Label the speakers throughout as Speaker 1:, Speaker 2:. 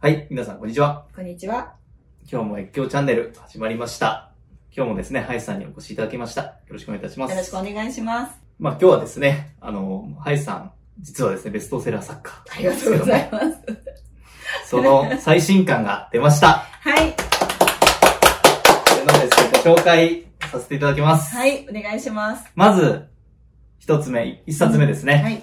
Speaker 1: はい、皆さんこんにちは。
Speaker 2: こんにちは。
Speaker 1: 今日も越境チャンネル始まりました。今日もですね、ハイさんにお越しいただきました。よろしくお願いいたしま
Speaker 2: よ
Speaker 1: す。
Speaker 2: ろしくお願いします。
Speaker 1: まあ今日はですね、あの、ハイさん、実はですね、ベストセラー作家。
Speaker 2: ありがとうございます。
Speaker 1: その最新刊が出ました。
Speaker 2: はい。
Speaker 1: というのでですね、ご紹介させていただきます。
Speaker 2: はい、お願いします。
Speaker 1: まず、一つ目、一冊目ですね。
Speaker 2: い。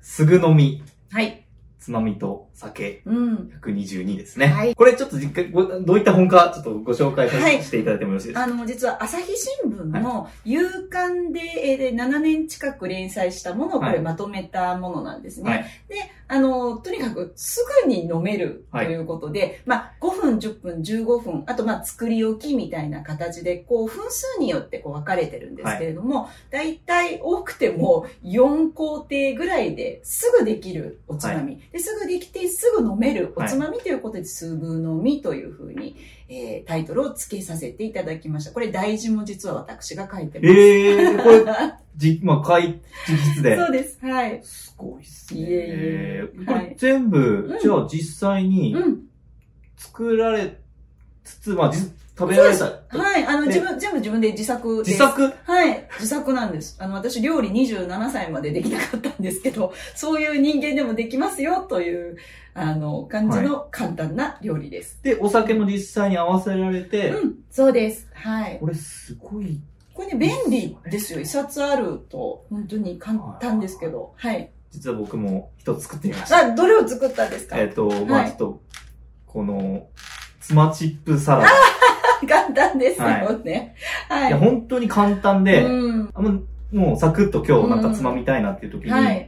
Speaker 1: すぐ飲み、
Speaker 2: はい。
Speaker 1: つまみと酒。
Speaker 2: うん。
Speaker 1: 122ですね。
Speaker 2: はい
Speaker 1: これちょっと実家ごどういった本かちょっとご紹介させ
Speaker 2: はい
Speaker 1: していただいてもよろしいですか
Speaker 2: あの、実は朝日新聞の夕刊で、えーで7年近く連載したものをこ
Speaker 1: はい
Speaker 2: れまとめたものなんですね。
Speaker 1: はい
Speaker 2: で、あの、とにかくすぐに飲めると
Speaker 1: はい
Speaker 2: いうことで、まあ5分、10分、15分、あとまあ作り置きみたいな形で、こう分数によってこう分かれてるんですけれども、だいたい多くても4工程ぐらいですぐできるおつまみ、ですぐできてすぐ飲めるおつまみということで、すぐ飲みというふうにえータイトルを付けさせていただきました。これ、大事も実は私が書いてます。
Speaker 1: ええー、これ、じ、 まあ、会、直筆で。
Speaker 2: そうです。はい。
Speaker 1: すごいっすね。
Speaker 2: いえいえ
Speaker 1: こ
Speaker 2: は
Speaker 1: れ
Speaker 2: い
Speaker 1: 全部、
Speaker 2: うん
Speaker 1: じゃあ実際に
Speaker 2: うん。
Speaker 1: 作られつつ、まあ、実食べられた。
Speaker 2: はい。あの、
Speaker 1: で
Speaker 2: 自分、全部自分で自作で
Speaker 1: 自
Speaker 2: す。
Speaker 1: 作
Speaker 2: はい。自作なんです。あの、私、料理27歳までできなかったんですけど、 そういう人間でもできますよ、という、あの、感じの簡単な料理です。
Speaker 1: で、お酒も実際に合わせられて、
Speaker 2: うん。そうです。はい。
Speaker 1: これすごい。
Speaker 2: これね、便利ですよ。一冊あると、本当に簡単ですけど。はい。
Speaker 1: 実は僕も一つ作ってみました。
Speaker 2: あ、どれを作ったんですか
Speaker 1: えっ、と、まあ
Speaker 2: はい
Speaker 1: ちょっと、この、ツマチップサラ
Speaker 2: 簡単ですよね。は
Speaker 1: ダ。
Speaker 2: い。
Speaker 1: いや、本当に簡単で、
Speaker 2: うん。
Speaker 1: あんまもうサクッと今日なんかつまみたいなっていう時に、
Speaker 2: は
Speaker 1: やっ
Speaker 2: い。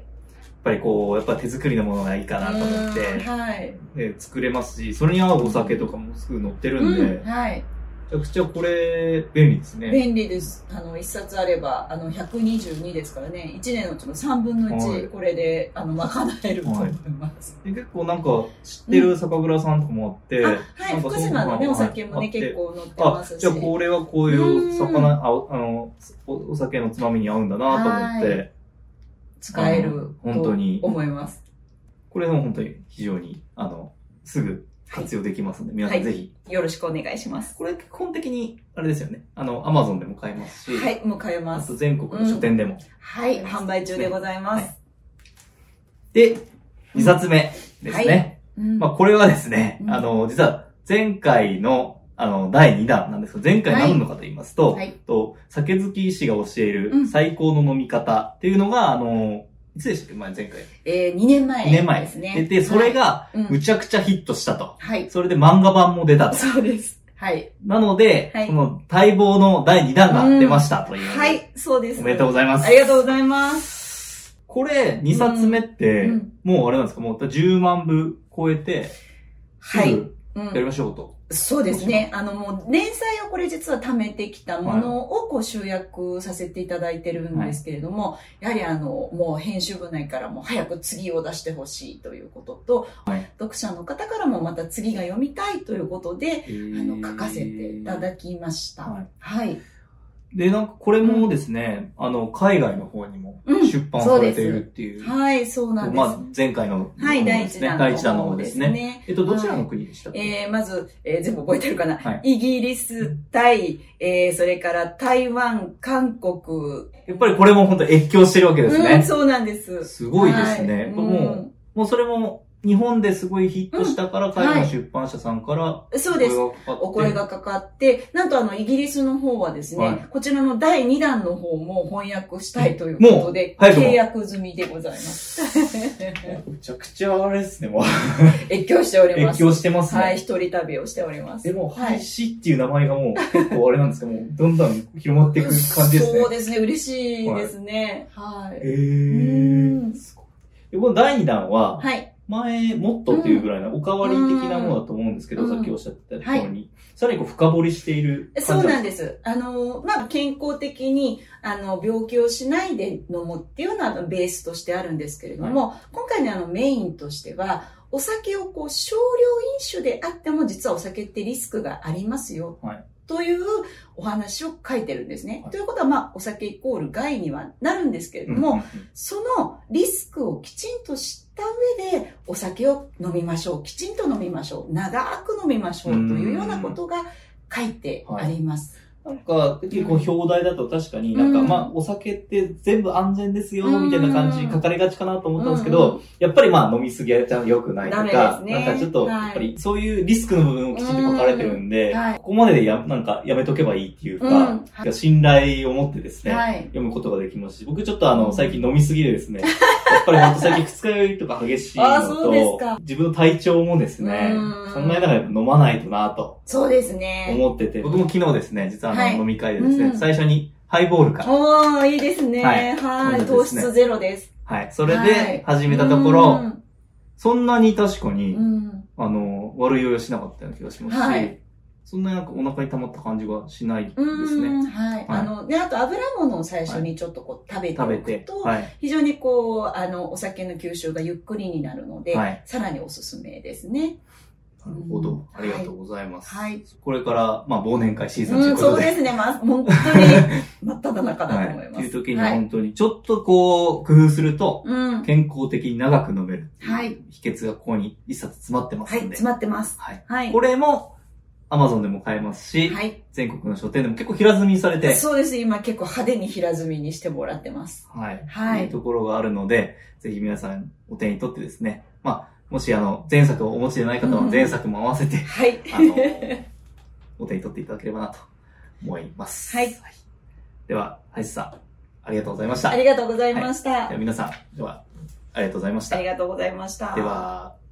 Speaker 1: ぱりこう、やっぱ手作りのものがいいかなと思って、
Speaker 2: うんはい。
Speaker 1: ね、作れますし、それに合うお酒とかもすぐ載ってるんで、
Speaker 2: うん、はい。
Speaker 1: めちゃくちゃこれ、便利ですね。
Speaker 2: 便利です。あの、一冊あれば、あの、122ですからね、1年のうちの3分の
Speaker 1: はい
Speaker 2: 1、これで、あの、賄えると思います。
Speaker 1: で結構なんか、知ってる酒蔵さんとかもあって、
Speaker 2: あ、はい、
Speaker 1: なんか
Speaker 2: 福
Speaker 1: そういう
Speaker 2: 島のね、
Speaker 1: が
Speaker 2: お酒も
Speaker 1: は
Speaker 2: ね、
Speaker 1: い
Speaker 2: 結構載って
Speaker 1: あっ
Speaker 2: ま
Speaker 1: て、あ、
Speaker 2: すし。
Speaker 1: じゃあこれはこういう魚、
Speaker 2: うん
Speaker 1: ああのお、お酒のつまみに合うんだなと思って、
Speaker 2: は使える
Speaker 1: あの本当に
Speaker 2: と思います。
Speaker 1: これも本当に非常に、あの、すぐ活用できますので、皆さんぜひ。
Speaker 2: よろしくお願いします。
Speaker 1: これ基本的に、あれですよね。あの、アマゾンでも買えますし、
Speaker 2: はい、もう買え
Speaker 1: あ
Speaker 2: ます
Speaker 1: と。全国の書店でも。
Speaker 2: はい、販売中でございます。
Speaker 1: で、2冊目ですね。
Speaker 2: はいうん
Speaker 1: まあ、これはですね、
Speaker 2: うん
Speaker 1: あの、実は前回の、あの、第2弾なんですけど、前回何のかと言いますと、
Speaker 2: はい。
Speaker 1: と酒好き医師が教え
Speaker 2: う
Speaker 1: る
Speaker 2: ん
Speaker 1: 最高の飲み方っていうのが、あの、いつでしたっけ前前回。
Speaker 2: えー、2年前
Speaker 1: 2年前
Speaker 2: ですね。
Speaker 1: 出て、それ
Speaker 2: は
Speaker 1: が、
Speaker 2: い、うん
Speaker 1: むちゃくちゃヒットしたと。
Speaker 2: はい。
Speaker 1: それで漫画版も出たと。
Speaker 2: そうです。はい。
Speaker 1: なので、
Speaker 2: はい
Speaker 1: この待望の第2弾が出ましたという。
Speaker 2: はい、そうです。
Speaker 1: おめでとうございます
Speaker 2: ありがとうございます。
Speaker 1: これ、2冊目って
Speaker 2: うん、
Speaker 1: もうあれなんですか、もう10万部超えて、す
Speaker 2: はい。
Speaker 1: ぐ
Speaker 2: う
Speaker 1: やり
Speaker 2: ん、
Speaker 1: ましょうと。
Speaker 2: そうですね。あの、もう、連載をこれ実は貯めてきたものをこう集約させていただいてるんですけれども、やはりあの、もう編集部内からも早く次を出してほしいということと、
Speaker 1: はい
Speaker 2: 読者の方からもまた次が読みたいということで、
Speaker 1: あ
Speaker 2: あの、書かせていただきました。
Speaker 1: はい
Speaker 2: はい。
Speaker 1: で、なんかこれもですね、あの、海外の方にも
Speaker 2: うん
Speaker 1: 出版されているっていう。
Speaker 2: はい、そうなんです。
Speaker 1: まあ、前回の、
Speaker 2: はい、第
Speaker 1: です
Speaker 2: 一
Speaker 1: ね
Speaker 2: 弾
Speaker 1: 第一
Speaker 2: の
Speaker 1: 弾の
Speaker 2: 方
Speaker 1: 方
Speaker 2: で
Speaker 1: ですすね。
Speaker 2: ね。
Speaker 1: えっと、どちらの国でしたっけ、
Speaker 2: えー、まず、えー、全部覚えてるかな、
Speaker 1: はい
Speaker 2: イギリス、タイ、えー、それから台湾、韓国。
Speaker 1: やっぱりこれも本当越境してるわけです
Speaker 2: うん、
Speaker 1: ね。
Speaker 2: そうなんです。
Speaker 1: すごいですね。
Speaker 2: はい
Speaker 1: やっぱもう、もうそれも日本ですごいヒットしたから、海外
Speaker 2: は
Speaker 1: の
Speaker 2: い
Speaker 1: 出版社さんから
Speaker 2: うんそうです。
Speaker 1: かかって
Speaker 2: お声がかかって、なんとあの、イギリスの方はですね、
Speaker 1: はい
Speaker 2: こちらの第2弾の方も翻訳したいということで、
Speaker 1: もう早くも
Speaker 2: 契約済みでございます。
Speaker 1: めちゃくちゃあれですね、もう。
Speaker 2: 越境しておりま
Speaker 1: 越
Speaker 2: す。
Speaker 1: 境してますね。
Speaker 2: はい、一人旅をしております
Speaker 1: で。も、
Speaker 2: はい
Speaker 1: 廃止っていう名前がもう結構あれなんですけど、もうどんどん広まっていく感じですね
Speaker 2: そう。ですね、嬉しいですね。はい。
Speaker 1: え
Speaker 2: う
Speaker 1: ー、
Speaker 2: ん
Speaker 1: すごい。でこの第2弾は、
Speaker 2: はい。
Speaker 1: 前、もっとっていうぐらいのおかわり的なものだと思うんですけど、
Speaker 2: うん
Speaker 1: さっきおっしゃってたように、さらにこう深掘りしている感じ
Speaker 2: そうなん
Speaker 1: で
Speaker 2: です。あの、まあ、健康的に、あの、病気をしないで飲むっていうのはベースとしてあるんですけれども、今回のあのメインとしては、お酒をこう少量飲酒であっても実はお酒ってリスクがありますよ。
Speaker 1: はい
Speaker 2: というお話を書いてるんですね。
Speaker 1: はい
Speaker 2: ということは、まあ、お酒イコール害にはなるんですけれども、
Speaker 1: うんうん
Speaker 2: そのリスクをきちんと知った上で、お酒を飲みましょう。きちんと飲みましょう。長く飲みましょう。というようなことが書いてあります。
Speaker 1: なんか、結構表題だと確かになんか、
Speaker 2: うん
Speaker 1: まあ、お酒って全部安全ですよ、
Speaker 2: う
Speaker 1: み
Speaker 2: ん
Speaker 1: たいな感じに書かれがちかなと思ったんですけど、
Speaker 2: うん
Speaker 1: やっぱりまあ、飲みすぎはちゃ良くないと
Speaker 2: ダ
Speaker 1: か、
Speaker 2: メですね
Speaker 1: なんかちょっと、
Speaker 2: はい
Speaker 1: やっぱりそういうリスクの部分をきちんと書かれてるんで、
Speaker 2: うんはい
Speaker 1: ここまででや、なんかやめとけばいいっていうか、
Speaker 2: うんはい
Speaker 1: 信頼を持ってですね、
Speaker 2: はい。
Speaker 1: 読むことができますし、僕ちょっとあの、最近飲みすぎでです ね、やっぱり本当最近二日酔いとか激しい
Speaker 2: あー
Speaker 1: の
Speaker 2: そうです
Speaker 1: と
Speaker 2: か、
Speaker 1: 自分の体調もですね
Speaker 2: うん、
Speaker 1: 考えながらやっぱ飲まないとなと
Speaker 2: そうですね。
Speaker 1: 思ってて、僕も昨日ですね、実はあの、
Speaker 2: はい
Speaker 1: 飲み会でですね、
Speaker 2: うん
Speaker 1: 最初にハイボールから、
Speaker 2: おー、いいですね。
Speaker 1: は
Speaker 2: はい
Speaker 1: い。そう
Speaker 2: 糖
Speaker 1: ですね
Speaker 2: 質ゼロです。
Speaker 1: はい、それ
Speaker 2: はい
Speaker 1: で始めたところ、
Speaker 2: うん
Speaker 1: そんなに確か
Speaker 2: う
Speaker 1: に、
Speaker 2: ん。
Speaker 1: あの、悪い酔いはしなかったような気がしますし、
Speaker 2: はい
Speaker 1: そんなになんかお腹に溜まった感じがしないで
Speaker 2: う
Speaker 1: すね。
Speaker 2: ん、はい。あの、で、あと油物を最初にちょっとこう食べて
Speaker 1: 食べ
Speaker 2: おく
Speaker 1: て、
Speaker 2: と、
Speaker 1: はい。
Speaker 2: 非常にこう、あの、お酒の吸収がゆっくりになるので、
Speaker 1: はい
Speaker 2: さらにおすすめですね。
Speaker 1: なるほ
Speaker 2: うん
Speaker 1: ど。ありがとうございます。
Speaker 2: はい。
Speaker 1: これから、まあ、忘年会シーズンと
Speaker 2: う、
Speaker 1: いうんこと
Speaker 2: そう
Speaker 1: で
Speaker 2: ですね。まあ、本当に、真っ只中だと思いま
Speaker 1: はい。っ
Speaker 2: す。
Speaker 1: ていう時に
Speaker 2: は
Speaker 1: 本当に、ちょっとこう、工夫すると、
Speaker 2: うん。はい。
Speaker 1: 健康的に長く飲める。
Speaker 2: はい。
Speaker 1: 秘訣がここに一冊詰まってますんで。
Speaker 2: 詰まってます。
Speaker 1: はい。
Speaker 2: はい。
Speaker 1: これも、アマゾンでも買えますし、
Speaker 2: はい。
Speaker 1: 全国の書店でも結構平積みされて、
Speaker 2: そうです。今結構派手に平積みにしてもらってます。
Speaker 1: はい。
Speaker 2: はい
Speaker 1: いところがあるので、ぜひ皆さんお手に取ってですね、まあ、もしあの、前作をお持ちでない方は
Speaker 2: うん
Speaker 1: 前作も合わせ て、
Speaker 2: はい。
Speaker 1: あの、お手に取っていただければなと思います。
Speaker 2: はい
Speaker 1: では、林さん、ありがとうございました。
Speaker 2: ありがとうございました。
Speaker 1: では皆さん、では、ありがとうございました
Speaker 2: あ。りがとうございました。
Speaker 1: では。